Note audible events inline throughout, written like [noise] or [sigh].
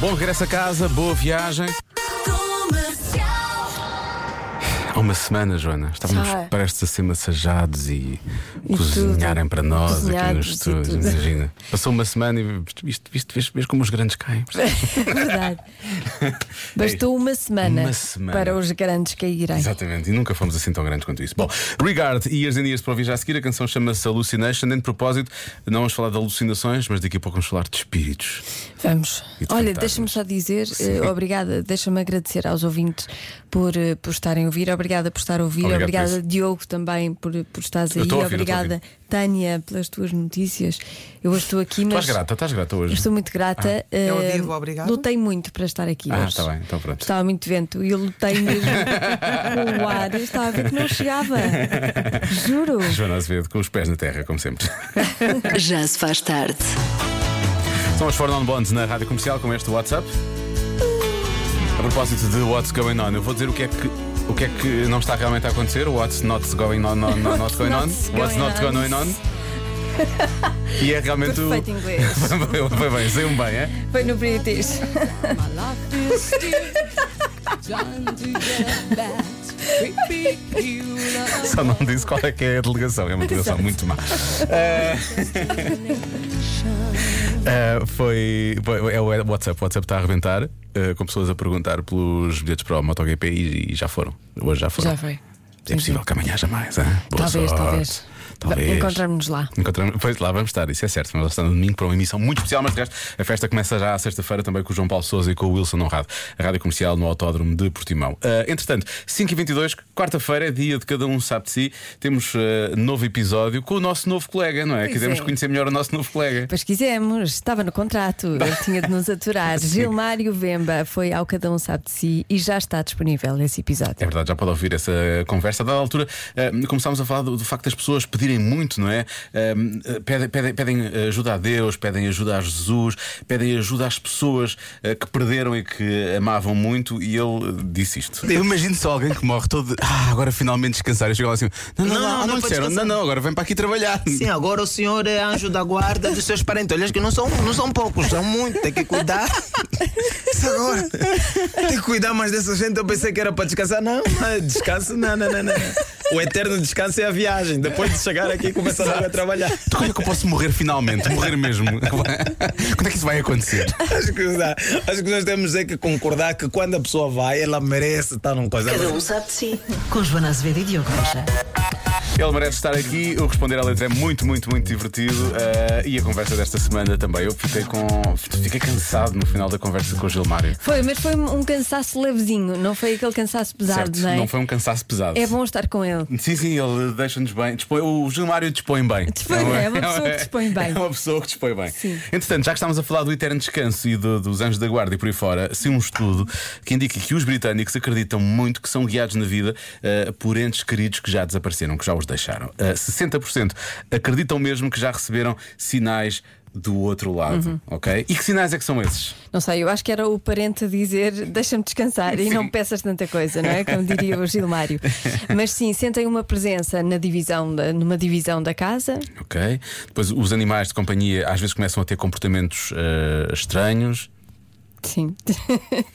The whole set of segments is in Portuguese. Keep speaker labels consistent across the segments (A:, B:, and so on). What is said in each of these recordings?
A: Bom regresso a casa, boa viagem. Há uma semana, Joana, estávamos
B: Ah.
A: prestes a ser massajados e,
B: E
A: cozinharem
B: tudo.
A: para nós aqui
B: Cozinhados
A: nos
B: e
A: estúdios.
B: tudo.
A: Imagina. Passou uma semana e isto, isto, isto vês, vês como os grandes
B: [laughs]
A: caem.
B: Verdade. Bastou uma semana,
A: Uma semana.
B: para os grandes caírem.
A: Exatamente, e nunca fomos assim tão grandes quanto isso. Bom, Regard, Years and Years para ouvir já a seguir. A canção chama-se Hallucination. Nem de propósito, não vamos falar de alucinações, mas daqui a pouco vamos falar de espíritos.
B: Vamos.
A: E de
B: Olha,
A: fantasmas.
B: deixa-me só dizer, eh, obrigada, deixa-me agradecer aos ouvintes por, eh, por estarem a ouvir, obrigada por estar a ouvir,
A: Obrigado por
B: obrigada
A: isso.
B: Diogo também por, por estares
A: Eu
B: aí,
A: estou a ouvir, eu estou a
B: obrigada Tânia pelas tuas notícias. Eu hoje estou aqui,
A: Estás
B: mas
A: grata, estás grata hoje.
B: eu estou muito grata.
C: É o dia
B: eh,
C: do obrigado?
B: Lutei muito para estar aqui
A: Ah,
B: hoje.
A: está bem, então pronto.
B: Estava muito vento e eu lutei mesmo
A: [laughs]
B: com o ar. Eu estava a ver que não chegava. Juro.
A: [laughs] Joana Azevedo, com os pés na terra, como sempre.
D: [laughs] Já se faz tarde.
A: São as Four Non Bonds na rádio comercial com este WhatsApp. A propósito de What's Going On, eu vou dizer o que é que. O que é que não está realmente a acontecer? What's not going on, on, on not going on?
B: What's
A: What's
B: going
A: not
B: on?
A: going on? E é realmente o.
B: Perfeito inglês.
A: [laughs] Foi bem, saiu-me bem, é?
B: Foi no British.
A: [laughs] Só não disse qual é que é a delegação, é uma delegação muito
B: [laughs]
A: má. Eh, eh, foi, foi- É o WhatsApp. O WhatsApp está a arrebentar eh, com pessoas a perguntar pelos bilhetes para o MotoGP e, e já foram. Hoje já foram.
B: Já foi.
A: É possível que amanhã haja mais, hein? Boa
B: Talvez,
A: sorte.
B: talvez.
A: Talvez.
B: Encontramos-nos lá.
A: Encontramos- Pois lá vamos estar, isso é certo. Vamos estar no domingo para uma emissão muito especial, mas de resto, a festa começa já à sexta-feira também com o João Paulo Souza e com o Wilson Honrado, a rádio comercial no Autódromo de Portimão. Ah, entretanto, 5h22, quarta-feira, é dia de cada um sabe de si. Temos ah, novo episódio com o nosso novo colega, não é?
B: Pois
A: Queremos
B: é.
A: conhecer melhor o nosso novo colega.
B: Pois quisemos, estava no contrato,
A: [laughs]
B: ele tinha de nos aturar. Gilmário Vemba foi ao Cada Um Sabe de Si e já está disponível esse
A: É
B: episódio.
A: verdade, já pode ouvir essa conversa. A dada altura, eh, começámos a falar do, do facto das pessoas pedirem muito, não é? Eh, eh, pedem, pedem- pedem ajuda a Deus, pedem ajuda a Jesus, pedem ajuda às pessoas eh, que perderam e que amavam muito, e ele eh, disse isto. Eu imagino só alguém que morre todo. Ah, agora finalmente descansar. E chegou lá assim: Não,
C: não, ah, não lhe disseram, não,
A: agora vem para aqui trabalhar. [laughs]
C: Sim, agora o senhor é anjo da guarda dos seus parentes. Olha, que não são, não são poucos, são muitos. Tem que cuidar. Isso agora. Tem que cuidar mais dessa gente. Eu pensei que era para descansar. Não, ah, descanso, não, não, não, não. O eterno descanso é a viagem. Depois de chegar aqui, começa logo a trabalhar.
A: Quando é que eu posso morrer finalmente? Morrer
C: [laughs]
A: mesmo? Quando é que isso vai acontecer?
C: Acho que, dá. acho que nós temos é que concordar que quando a pessoa vai, ela merece estar num coisa.
D: Cada um sabe de si. Com Joana Azevedo e Diogo Rocha.
A: Ele merece estar aqui. O Responder a Letras é muito, muito, muito divertido. eh, e a conversa desta semana também. Eu fiquei com. Fiquei cansado no final da conversa com o Gilmário.
B: Foi, mas foi um cansaço levezinho, não foi aquele cansaço pesado,
A: certo?
B: não é?
A: Não foi um cansaço pesado.
B: É bom estar com ele.
A: Sim, sim, ele deixa-nos bem. Dispõe- o Gilmário dispõe bem.
B: Dispõe bem, é
A: [laughs]
B: uma pessoa que dispõe bem.
A: É uma pessoa que dispõe bem.
B: Sim.
A: Entretanto, já que estamos a falar do eterno descanso e do- dos anjos da guarda e por aí fora, sim, um estudo que indica que os britânicos acreditam muito que são guiados na vida eh, por entes queridos que já desapareceram, que já os deixaram. Eh, 60% acreditam mesmo que já receberam sinais do outro lado,
B: Uhum.
A: ok? E que sinais é que são esses?
B: Não sei, eu acho que era o parente a dizer [laughs] deixa-me descansar e não peças tanta coisa, não é? Como diria o
A: [laughs]
B: Gilmário. Mas sim, sentem uma presença na divisão da- numa divisão da casa.
A: Ok? Depois, os animais de companhia às vezes começam a ter comportamentos eh, estranhos.
B: Sim. [laughs]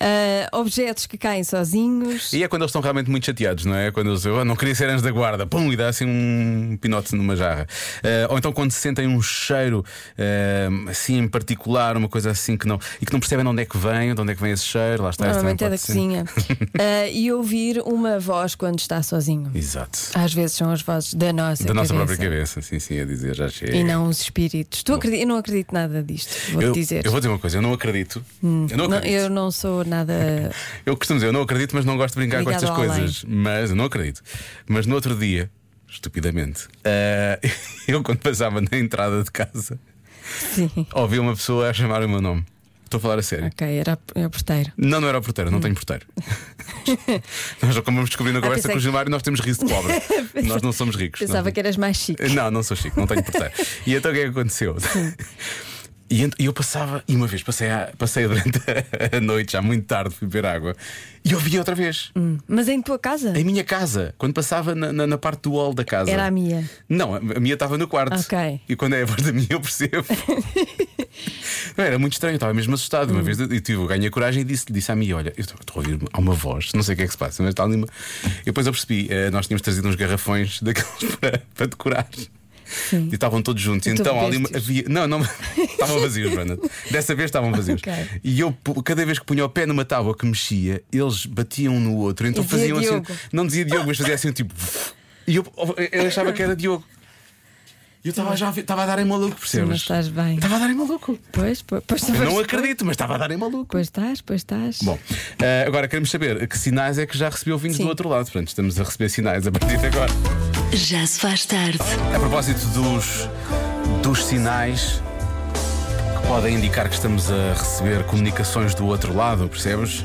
B: Ah, objetos que caem sozinhos.
A: E é quando eles estão realmente muito chateados, não é? Quando eles dizem, "Ah, não queria ser anjo da guarda, pum, e dá assim um pinote numa jarra. Eh, ou então quando sentem um cheiro eh, assim em particular, uma coisa assim que não. e que não percebem de onde é que vem, de onde é que vem esse cheiro, lá está esse também
B: Normalmente é da
A: pode ser. [laughs]
B: cozinha. Ah, e ouvir uma voz quando está sozinho.
A: Exato.
B: Às vezes são as vozes da nossa
A: da nossa
B: Ah, cabeça.
A: própria cabeça, sim, sim, a dizer, já chega.
B: E não os espíritos. Tu acredi- eu não acredito nada disto, vou-te
A: eu,
B: dizer. Hum.
A: eu vou dizer uma coisa, eu não acredito. eu não
B: Não,
A: acredito.
B: eu não sou nada.
A: Eu costumo dizer, eu não acredito, mas não gosto de brincar
B: Ligado
A: com estas
B: ao além.
A: coisas. Mas eu não acredito. Mas no outro dia, estupidamente, eh, [laughs] eu quando passava na entrada de casa,
B: Sim.
A: ouvi uma pessoa a chamar o meu nome. Estou a falar a sério.
B: Ok, era era porteiro.
A: Não, não era o porteiro, não tenho
B: [laughs]
A: porteiro. nós, como vamos descobrir na conversa
B: Ah, pensei
A: com o
B: que-
A: Gilmário, nós temos riso de pobre.
B: [laughs]
A: nós não somos ricos.
B: Pensava
A: nós-
B: que eras mais chique.
A: Não, não sou chique, não tenho porteiro. e então o que é que aconteceu? [laughs] E ent- e eu passava, e uma vez passei, a- passei durante [laughs] a noite, já muito tarde, fui beber água, e ouvi outra vez.
B: Hum. Mas em tua casa?
A: Em minha casa, quando passava na, na- na parte do hall da casa. [laughs]
B: Era a minha.
A: Não, a a minha estava no quarto.
B: Ok. [laughs]
A: E quando é a voz da minha, eu percebo. Não, Era muito estranho, eu estava mesmo assustado.
B: Hum.
A: Uma vez eu, eu tive, eu ganhei coragem e disse, disse à minha: Olha, eu estou estou a ouvir há uma voz, não sei o que é que se passa, mas está ali uma. E depois eu percebi, eh, nós tínhamos trazido uns garrafões [laughs] daqueles para, para decorar. E estavam todos juntos.
B: E tu
A: então há ali uma,
B: bebeste-os.
A: havia. Não, não.
B: [laughs]
A: Estavam vazios, Brandon. Dessa vez estavam vazios.
B: Ok.
A: E eu, pu- cada vez que punha o pé numa tábua que mexia, eles batiam um no outro. Então
B: E dizia
A: faziam assim.
B: Diogo.
A: Não dizia Diogo, mas fazia assim um tipo. E eu, eu achava que era Diogo. E eu estava já a ver- estava a dar em maluco,
B: Tu não
A: percebes?
B: estás bem.
A: Estava a dar em maluco.
B: Pois, pois, pois,
A: Eu não
B: pois-
A: acredito, mas estava a dar em maluco.
B: Pois estás, pois estás.
A: Bom, eh, agora queremos saber que sinais é que já recebeu vindos
B: Sim.
A: do outro lado. Portanto, estamos a receber sinais a partir de agora.
D: Já se faz tarde.
A: A propósito dos, dos sinais que podem indicar que estamos a receber comunicações do outro lado, percebes?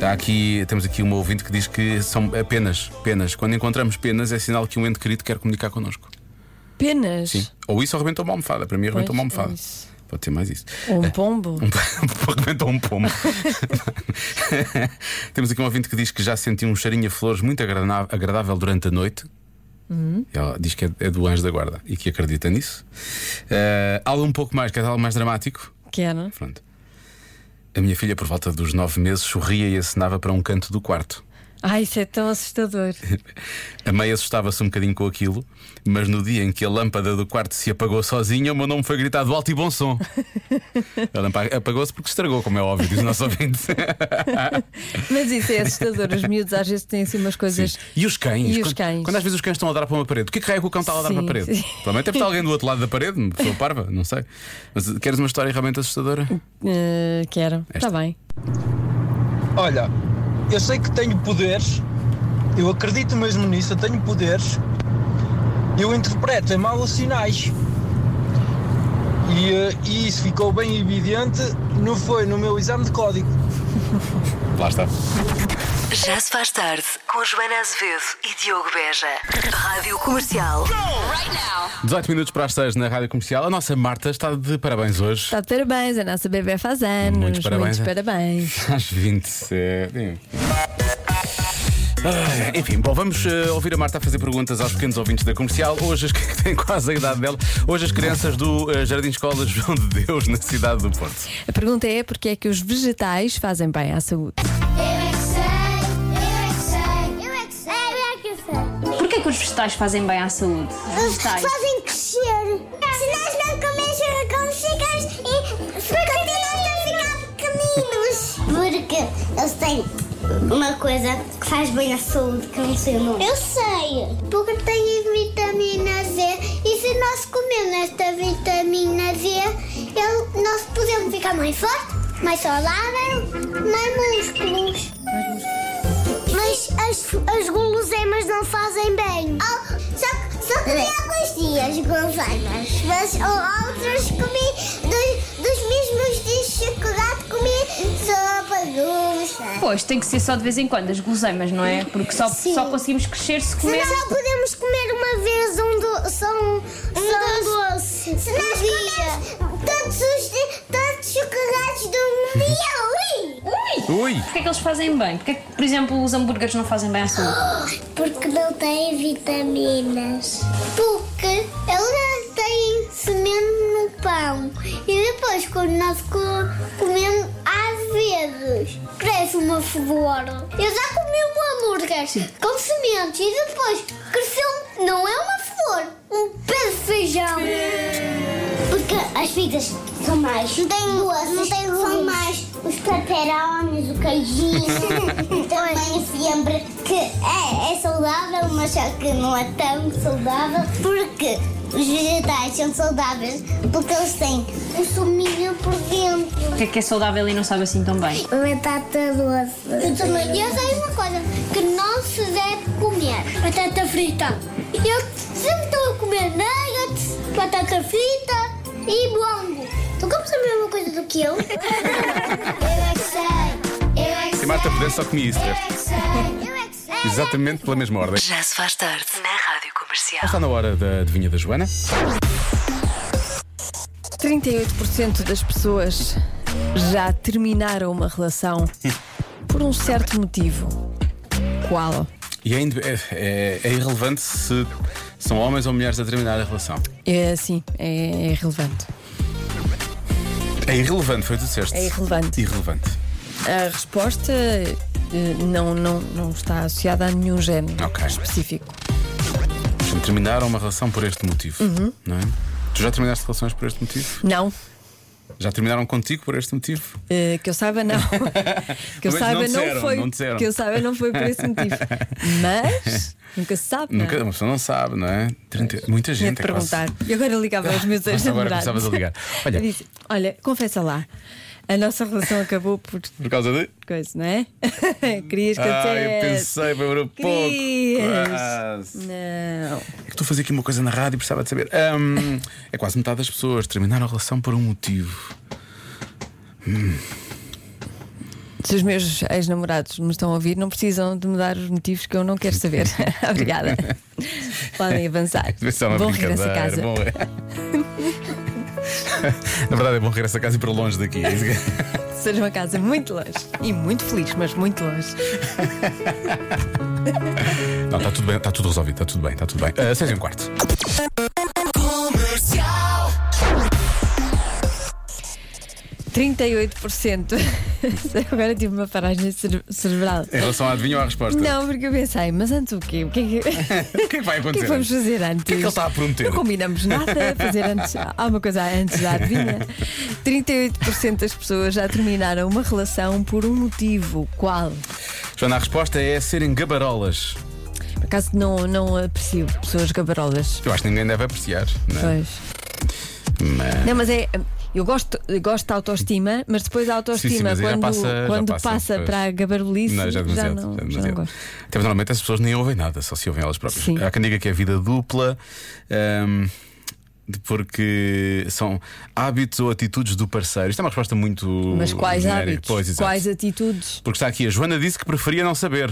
A: Há aqui, temos aqui uma ouvinte que diz que são apenas penas. Quando encontramos penas, é sinal que um ente querido quer comunicar connosco.
B: Penas. é
A: Sim. Ou isso ou arrebentou uma almofada. Para mim, arrebentou uma almofada.
B: isso.
A: Pode ter mais isso.
B: Ou um pombo.
A: Um Arrebentou um pomo. Temos aqui um ouvinte que diz que já sentiu um cheirinho a flores muito agrana- agradável durante a noite. Ela diz que é, é do anjo da guarda e que acredita nisso. Eh, algo um pouco mais, quer dizer, algo mais dramático.
B: Que é, era?
A: Pronto. A minha filha, por volta dos nove meses, sorria e acenava para um canto do quarto.
B: Ai, isso é tão assustador.
A: A mãe assustava-se um bocadinho com aquilo, mas no dia em que a lâmpada do quarto se apagou sozinha, o meu nome foi gritado alto e bom som. A lâmpada apagou-se porque estragou, como é óbvio, diz o nosso ouvinte.
B: Mas isso é assustador. Os miúdos às vezes têm assim umas coisas.
A: Sim. E os cães?
B: E os
A: quando,
B: cães?
A: quando às vezes os cães estão a dar para uma parede, o que é que raio é que o cão está a dar
B: Sim,
A: para a parede?
B: sim.
A: Também deve estar alguém do outro lado da parede, uma pessoa parva, não sei. Mas eh, queres uma história realmente assustadora?
B: eh, que era.
A: Esta.
B: Está bem.
E: Olha, eu sei que tenho poderes, eu acredito mesmo nisso, eu tenho poderes, eu interpreto em mal os sinais. E, eh, e isso ficou bem evidente, não foi no meu exame de código.
A: Lá está.
D: Já se faz tarde. Com Joana Azevedo e Diogo Beja. Rádio Comercial.
A: 18 minutos para as 6 na rádio comercial. A nossa Marta está de parabéns hoje.
B: Está Tá de parabéns, a nossa bebê faz anos.
A: Muitos parabéns.
B: Muitos
A: [laughs]
B: parabéns.
A: Às 27. Ah, Enfim, bom, vamos eh, ouvir a Marta a fazer perguntas aos pequenos ouvintes da comercial. Hoje, as [laughs] que têm quase a idade dela, hoje as crianças do eh, Jardim Escola João de Deus, na cidade do Porto.
B: A pergunta é porque é que os vegetais fazem bem à saúde?
F: Eu é que sei, eu é que sei, eu é que sei, eu é que sei.
G: Porquê que os vegetais fazem bem à saúde? Vegetais.
F: fazem crescer. Se nós não comermos racões, ficamos e continuamos a ficar pequeninos. Porque eles têm uma coisa que faz bem à saúde, que é um eu não sei o nome. Eu sei, porque tem vitamina Z e se nós comermos esta vitamina Z, ele- nós podemos ficar mais fortes, mais saudáveis, mais músculos. Mas as, as guloseimas não fazem bem. Oh, só, só comi alguns dias guloseimas. Mas ou, outros comi dos, dos mesmos dias de chocolate, comi só bagunça.
G: Pois, tem que ser só de vez em quando, as guloseimas, não é? Porque só,
F: Sim.
G: só conseguimos crescer
F: Se
G: se
F: nós
G: comermos.
F: só podemos comer uma vez um do, só um, só um doce. Se nós comermos tantos, os di- tantos chocolates de um dia, ui!
A: Ui!
G: Porquê que eles fazem bem? Porquê que, por exemplo, os hambúrgueres não fazem bem à saúde?
F: Porque não tem vitaminas. Porque elas têm semente no pão. E depois, quando nós co- comemos, às vezes, cresce uma flor. Eu já comi um hambúrguer com sementes e depois cresceu, não é uma flor, um pé de feijão. Porque as figas são mais. Não tem doces, não tem São mais os paperones, o queijinho, [laughs] também o fiambre, que é, é saudável, mas só que não é tão saudável. Porque os vegetais são saudáveis porque eles têm o suminho por dentro.
G: Porquê que é saudável e não sabe assim tão bem?
F: Batata doce. Eu também. E eu sei uma coisa que não se deve comer. Batata frita. Eu sempre estou a comer nuggets, batata frita e bongo. Tu comes a mesma coisa do que eu? [laughs] eu é que sei. Eu é que
A: Se a Marta pudesse, só comia isso, de resto.
F: sei. Eu é que sei.
A: Exatamente pela mesma ordem.
D: Já se faz tarde. Na Rádio Comercial.
A: Está na hora da adivinha da Joana.
B: 38% das pessoas já terminaram uma relação
A: [laughs]
B: por um certo motivo. Qual?
A: E é, inde- é- é- é irrelevante se são homens ou mulheres a terminar a relação.
B: É assim, é, é irrelevante.
A: É irrelevante, foi o que tu disseste.
B: É irrelevante.
A: Irrelevante.
B: A resposta eh, não, não, não está associada a nenhum género
A: Ok.
B: específico.
A: Portanto, Terminaram uma relação por este motivo.
B: Uhum.
A: Não é? Tu já terminaste relações por este motivo?
B: Não,
A: Já terminaram contigo por este motivo?
B: eh, que eu saiba, não. que
A: [laughs]
B: eu
A: Mas não
B: saiba, não,
A: disseram,
B: foi.
A: não disseram.
B: que eu saiba, não foi por esse motivo. Mas nunca se sabe.
A: Nunca, uma pessoa não sabe, não é? 30 muita
B: Tinha
A: gente
B: de
A: é quase-
B: perguntar. E agora ligava aos meus ex
A: Agora começavas a ligar. Olha.
B: Olha. Olha, confessa lá, a nossa relação acabou por
A: Por causa de.
B: coisa, não é? [laughs] Querias que eu
A: Ah, eu
B: dissesse.
A: pensei para um pouco.
B: Querias.
A: Quase.
B: Não.
A: É que estou a fazer aqui uma coisa na rádio e precisava de saber.
B: [laughs]
A: Ahm, é quase metade das pessoas terminaram a relação por um motivo.
B: Se os meus ex-namorados me estão a ouvir, não precisam de me dar os motivos que eu não quero saber. [laughs]
A: [laughs]
B: Obrigada. Podem avançar.
A: Isso é uma
B: Bom regresso a
A: brincadeira.
B: casa. [laughs]
A: Bom, é. na verdade, é bom regresso a casa e para longe
B: [laughs]
A: daqui. é isso que-
B: Seja uma casa muito longe. E muito feliz, mas muito longe.
A: Não, está tudo bem, está tudo resolvido, está tudo bem, está tudo bem. Ah, seis e um quarto.
D: Comercial.
B: 38%. [laughs] Agora tive uma paragem cere- cerebral.
A: Em relação à adivinha ou à resposta?
B: Não, porque eu pensei, mas antes o quê? O que é que.
A: [laughs] O que é que vai
B: O que é
A: acontecer?
B: que vamos fazer antes? O
A: que é que ele está a prometer?
B: Não combinamos nada, fazer antes. Há uma coisa antes da adivinha. 38% das pessoas já terminaram uma relação por um motivo. Qual?
A: Joana, a resposta é serem gabarolas.
B: Por acaso não, não aprecio pessoas gabarolas.
A: Eu acho que ninguém deve apreciar, não é?
B: Pois. Não, mas é. Eu gosto, eu gosto da autoestima, mas depois
A: Sim,
B: a
A: sim,
B: autoestima,
A: mas aí já
B: quando
A: passa- já
B: quando
A: passa, pois.
B: para a gabarolice,
A: Não, já é demasiado.
B: não,
A: já é
B: já não
A: demasiado.
B: gosto.
A: Até porque normalmente as pessoas nem ouvem nada, só se ouvem elas próprias.
B: Sim.
A: Há quem diga que é vida dupla, hum, de- porque são hábitos ou atitudes do parceiro. Isto é uma resposta muito.
B: Mas quais
A: genérica.
B: hábitos?
A: Pois, exato.
B: quais atitudes?
A: Porque está aqui, a Joana disse que preferia não saber.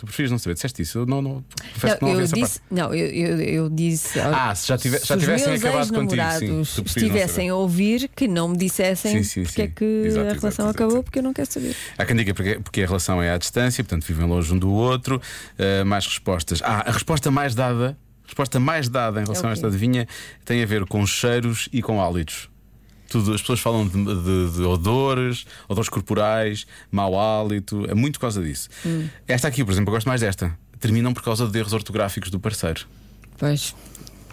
A: Tu preferias não saber? Disseste isso? Eu não, não, confesso que não ouvi
B: eu
A: essa
B: disse,
A: parte.
B: não, eu, eu, eu disse.
A: Ah, se já tive- já
B: os
A: tivessem
B: meus
A: acabado contigo, sim,
B: ex-namorados
A: tu preferias não saber.
B: estivessem a ouvir que não me dissessem
A: Sim, sim,
B: porque é
A: sim.
B: que
A: Exato,
B: a
A: exato,
B: relação
A: exato,
B: acabou,
A: exato.
B: porque eu não quero saber.
A: Há quem diga porque, porque a relação é à distância, portanto vivem longe um do outro. Ah, mais respostas. Ah, a resposta mais dada, a resposta mais dada em relação
B: É o
A: a
B: quê?
A: esta adivinha tem a ver com cheiros e com hálitos. Tudo, as pessoas falam de, de- de odores, odores corporais, mau hálito, é muito por causa disso.
B: Hum.
A: Esta aqui, por exemplo, eu gosto mais desta. Terminam por causa de erros ortográficos do parceiro.
B: Pois.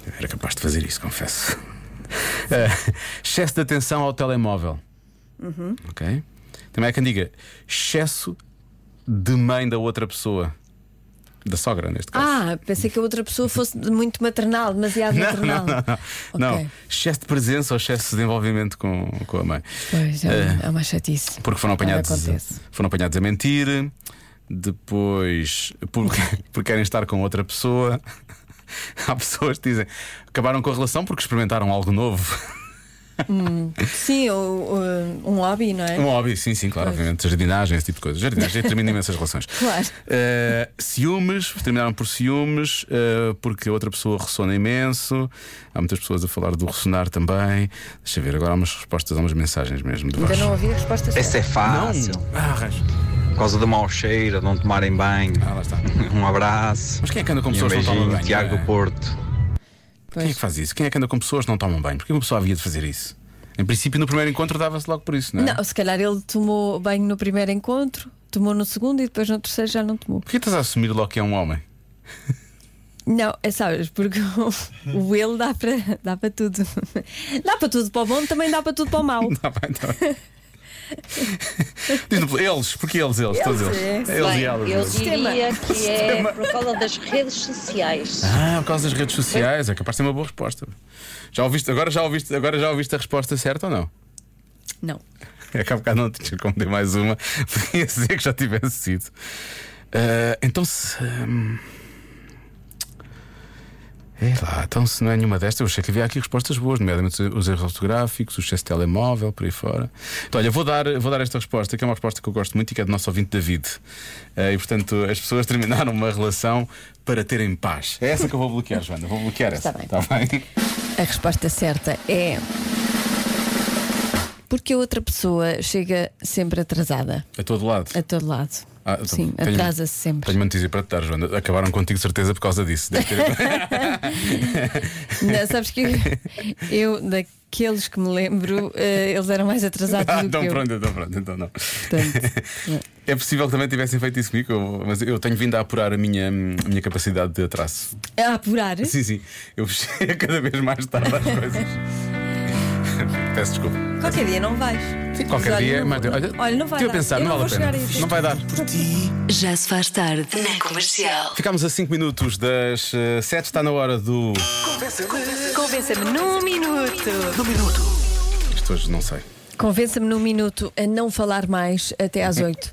A: Eu era capaz de fazer isso, [laughs] confesso. Ah, excesso de atenção ao telemóvel.
B: Uhum.
A: Ok? Também há quem diga excesso de mãe da outra pessoa. Da sogra, neste caso.
B: Ah, pensei que a outra pessoa fosse de muito maternal, demasiado maternal.
A: [laughs] Não,
B: Ok.
A: excesso de presença ou excesso de envolvimento com, com a mãe.
B: Pois, é, é uma chatice.
A: Porque foram
B: Agora
A: apanhados,
B: acontece.
A: foram apanhados a mentir, depois porque, [laughs] porque querem estar com outra pessoa. [laughs] Há pessoas que dizem acabaram com a relação porque experimentaram algo novo.
B: Sim, ou, ou, um hobby, não é?
A: Um hobby, sim, sim, claro,
B: Pois.
A: obviamente. Jardinagem, esse tipo de coisa. Jardinagem termina imensas relações.
B: [laughs] Claro.
A: Eh, ciúmes, terminaram por ciúmes, eh, porque a outra pessoa ressona imenso. Há muitas pessoas a falar do ressonar também. Deixa eu ver, agora há umas respostas, há umas mensagens mesmo. De
B: Ainda
A: baixo.
B: não ouvi a resposta
E: Essa é fácil.
A: Ah, raios.
E: Por causa do mau cheiro, de não tomarem banho. [laughs]
A: ah, lá está.
E: Um abraço.
A: Mas quem é que anda com
E: E um
A: pessoas que não tomam
E: beijinho,
A: banho?
E: Tiago
A: não
E: do
A: é?
E: Porto.
A: Quem é que faz isso? Quem é que anda com pessoas que não tomam banho? Porquê uma pessoa havia de fazer isso? Em princípio, no primeiro encontro dava-se logo por isso, não é?
B: Não, se calhar ele tomou banho no primeiro encontro, tomou no segundo e depois no terceiro já não tomou.
A: Porquê estás a assumir logo que é um homem?
B: Não, é sabes, porque o, o ele dá para dá para tudo. Dá para tudo para o bom, também dá para tudo para o mau.
A: Tá bem, tá [laughs] bem. Diz no pl- eles, porque eles, eles, todos eles. Eles
B: Eles,
A: e
H: Bem,
A: elas.
H: eu
A: eles.
H: diria que é por causa das redes sociais.
A: Ah, por causa das redes sociais, é capaz de ter uma boa resposta. Já ouviste, agora, já ouviste, agora já ouviste a resposta certa ou não?
B: Não.
A: [laughs] É que há bocado não tinha como ter mais uma, [laughs] podia dizer que já tivesse sido. Ah, então se. hum, É lá, então se não é nenhuma destas, eu achei que havia aqui respostas boas, nomeadamente os erros ortográficos, o excesso de telemóvel, por aí fora. Então, olha, vou dar, vou dar esta resposta, que é uma resposta que eu gosto muito e que é do nosso ouvinte David. Ah, e portanto, as pessoas [laughs] terminaram uma relação para terem paz. É essa que eu vou bloquear, Joana, vou bloquear essa.
B: Está bem.
A: bem?
B: A resposta certa é porque a outra pessoa chega sempre atrasada
A: A todo lado.
B: a todo lado.
A: Ah, então,
B: Sim,
A: tenho-
B: atrasa-se sempre.
A: Tenho uma notícia para te dar, Joana. Acabaram contigo, de certeza, por causa disso. Deve [laughs] ter-
B: Não, sabes
A: [laughs]
B: que eu, daqueles que me lembro, eh, eles eram mais atrasados
A: ah,
B: do
A: então
B: que eu.
A: pronto, então pronto, então não.
B: Portanto,
A: [laughs] É possível que também tivessem feito isso comigo, eu- mas eu tenho vindo a apurar a minha, a minha capacidade de atraso.
B: A apurar.
A: Sim, sim, [laughs] eu chego cada vez mais tarde às coisas. [laughs] Peço desculpa.
B: Qualquer dia não vais.
A: Sim, qualquer
B: Mas olha,
A: dia,
B: não-
A: mas olha,
B: olha, não vai
A: estive
B: dar.
A: a pensar,
B: Eu
A: não,
B: não
A: vale a pena.
B: vou chegar a isso.
A: Não vai dar.
D: Já se faz tarde na comercial.
A: Ficámos a 5 minutos das 7, está na hora do.
B: Convença-me num minuto.
A: Isto hoje não sei.
B: Convença-me num minuto a não falar mais até às
A: [laughs]
B: oito.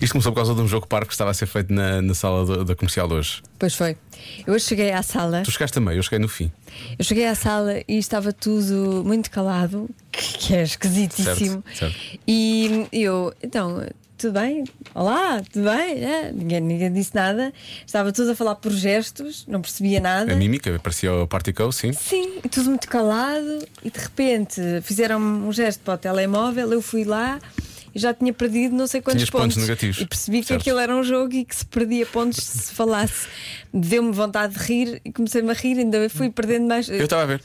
A: Isto começou por causa de um jogo parque que estava a ser feito na, na sala do- da comercial hoje.
B: Pois foi. Eu hoje cheguei à sala.
A: Tu chegaste também, eu cheguei no fim.
B: Eu cheguei à sala e estava tudo muito calado, que que é esquisitíssimo.
A: Certo, certo.
B: E eu, então, tudo bem? Olá, tudo bem? É, ninguém, ninguém disse nada. Estava tudo a falar por gestos, não percebia nada.
A: A mímica, parecia o Particle, sim.
B: Sim, e tudo muito calado. E de repente fizeram me um gesto para o telemóvel, eu fui lá. e Já tinha perdido não sei quantos
A: Tinhas pontos negativos.
B: E percebi que
A: Certo.
B: aquilo era um jogo e que se perdia pontos
A: [laughs]
B: se falasse. Deu-me vontade de rir e comecei-me a rir, ainda fui perdendo mais.
A: Eu estava a ver.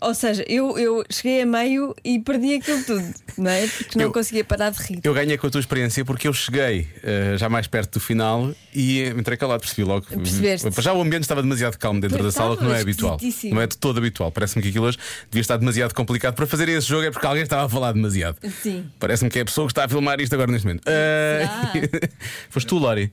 B: Ou seja, eu, eu cheguei a meio e perdi aquilo tudo, não é? Porque não
A: Eu-
B: conseguia parar de rir.
A: Eu ganhei com a tua experiência porque eu cheguei eh, já mais perto do final e entrei calado, percebi logo.
B: Percebeste.
A: Já o ambiente estava demasiado calmo dentro da
B: Pois
A: sala, que não é
B: estava,
A: habitual.
B: esquisitíssimo.
A: Não é de todo habitual. Parece-me que aquilo hoje devia estar demasiado complicado para fazer esse jogo, é porque alguém estava a falar demasiado.
B: Sim.
A: Parece-me que é a pessoa que está a filmar isto agora neste momento. Eh, [laughs] Foste tu, Lori?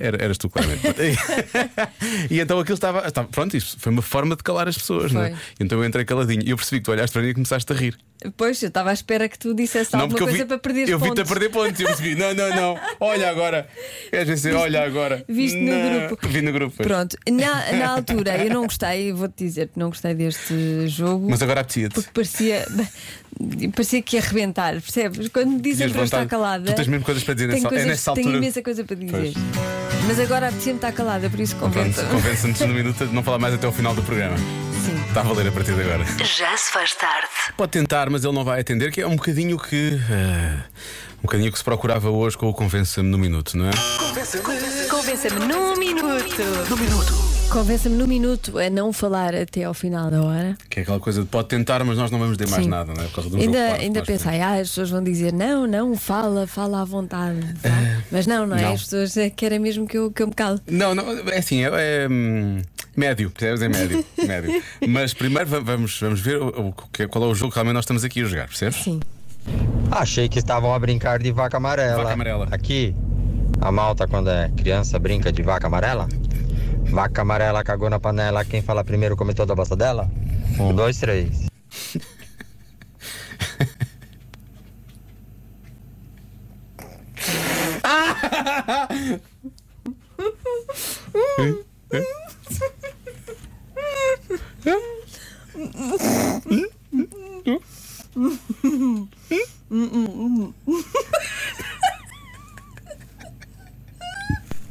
A: Era, eras tu, claramente.
B: [laughs]
A: e [laughs] então aquilo estava, estava- Pronto, isso foi uma forma de calar as pessoas, não é?
B: Foi.
A: Então eu entrei caladinho e eu percebi que tu olhaste para mim e começaste a rir.
B: Pois, eu estava à espera que tu dissesse alguma
A: porque
B: coisa para perder
A: Eu vi-te
B: pontos.
A: a perder pontos. Eu percebi, não, não, não. Olha agora. Queres dizer, olha agora.
B: Viste no
A: Não.
B: grupo.
A: Vi no grupo. pois.
B: Pronto, na, na altura eu não gostei, vou-te dizer que não gostei deste jogo.
A: Mas agora apetecia-te.
B: Porque parecia, [laughs] parecia que ia arrebentar, percebes? Quando me dizem
A: Tinhas
B: para eu estar
A: vontade-
B: calada.
A: tu tens mesmo coisas para dizer
B: tenho
A: nessa- é
B: coisas-
A: nessa
B: Tenho
A: altura-
B: imensa coisa para dizer. Mas agora apetecia-me estar calada, por isso
A: Pronto,
B: convença-me.
A: convence-nos no minuto de não falar mais até o final do programa.
B: Sim.
A: Está a valer a partir de agora.
D: Já se faz tarde.
A: Pode tentar, mas ele não vai atender, que é um bocadinho que. eh, um bocadinho que se procurava hoje com o Convença-me no Minuto, não é?
B: Convença-me num minuto. No minuto. Convença-me num minuto a não falar até ao final da hora.
A: Que é aquela coisa de pode tentar, mas nós não vamos dizer mais
B: Sim.
A: nada, não é? Por causa do jogo.
B: Ainda,
A: claro,
B: ainda
A: nós-
B: pensei, ah, as pessoas vão dizer não, não, fala, fala à vontade. vá." Mas não, não é?
A: não.
B: As pessoas é, querem mesmo que eu, que eu me cale.
A: Não, não, é assim, é, é, hum, médio, percebes? É médio, médio. Mas primeiro va- vamos, vamos ver o- o que- qual é o jogo que realmente nós estamos aqui a jogar, percebes?
B: Sim.
I: Achei que estavam a brincar de vaca amarela.
A: Vaca amarela.
I: Aqui, a malta, quando é criança, brinca de vaca amarela. Vaca amarela cagou na panela. Quem fala primeiro come toda a bosta dela? Um, dois, três.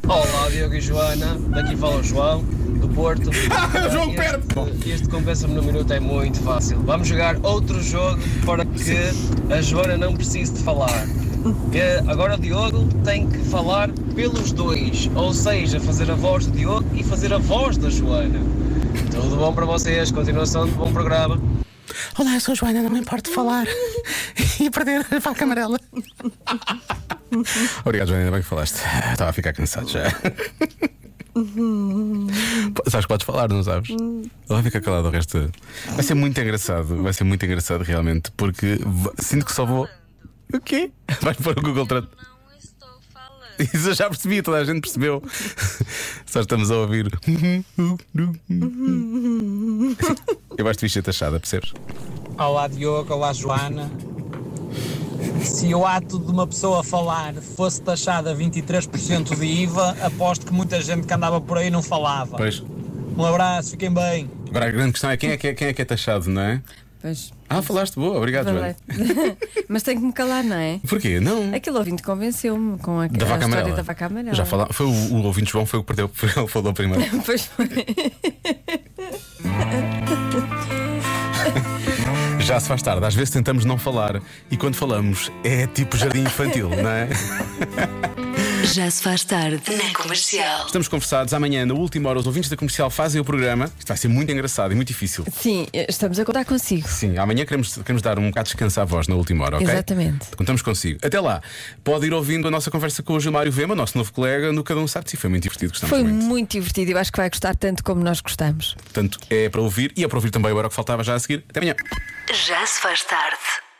E: Olá, Diogo e Joana. Daqui fala o João,
C: [laughs]
E: do Porto.
A: [laughs]
C: Ah,
A: o João
E: Este-
A: perde.
E: Este compensa-me no minuto é muito fácil. Vamos jogar outro jogo para que a Joana não precise de falar. Que agora o Diogo tem que falar pelos dois, ou seja, fazer a voz do Diogo e fazer a voz da Joana. Tudo bom para vocês, continuação de bom programa.
A: Olá, eu sou a Joana, não me importo falar e perder a vaca amarela. Obrigado, Joana, ainda bem que falaste. Estava a ficar cansado já. Pô, Sabes que podes falar, não sabes? Ele vai ficar calado o resto. Vai ser muito engraçado, vai ser muito engraçado realmente, porque v- sinto que só vou. O quê? Vais pôr o Google Trad. Isso eu já percebi, toda a gente percebeu. Só estamos a ouvir. Eu acho que devia ser taxada, percebes?
E: Olá Diogo, olá Joana. Se o ato de uma pessoa falar fosse taxado a 23% de IVA, aposto que muita gente que andava por aí não falava.
A: Pois.
E: Um abraço, fiquem bem.
A: Agora a grande questão é quem é que é, quem é, que é taxado, não é?
B: Pois,
A: Ah, falaste boa, obrigado, Joana.
B: verdade. [laughs] Mas tenho que me calar, não é?
A: Porquê? Não.
B: Aquele ouvinte convenceu-me com a,
A: Da
B: a
A: vaca
B: história
A: amarela.
B: da vaca amarela. [laughs]
A: Já fala... foi o, o ouvinte João foi o que perdeu, [laughs] foi ele que falou primeiro.
B: Pois foi.
A: Já se faz tarde. Às vezes tentamos não falar e quando falamos é tipo jardim infantil, [laughs] não é?
D: Já se faz tarde na comercial.
A: Estamos conversados amanhã, na última hora, os ouvintes da comercial fazem o programa. Isto vai ser muito engraçado e muito difícil.
B: Sim, estamos a contar consigo.
A: Sim, amanhã queremos, queremos dar um bocado de descanso à voz na última hora, ok?
B: Exatamente.
A: Contamos consigo. Até lá, pode ir ouvindo a nossa conversa com o Gilmário Vema, nosso novo colega, no Cada Um Sabe de Si. Foi muito divertido, gostamos
B: Foi
A: muito.
B: muito divertido e eu acho que vai gostar tanto como nós gostamos.
A: Portanto, é para ouvir e é para ouvir também o Era o que Faltava já a seguir. Até amanhã.
D: Já se faz tarde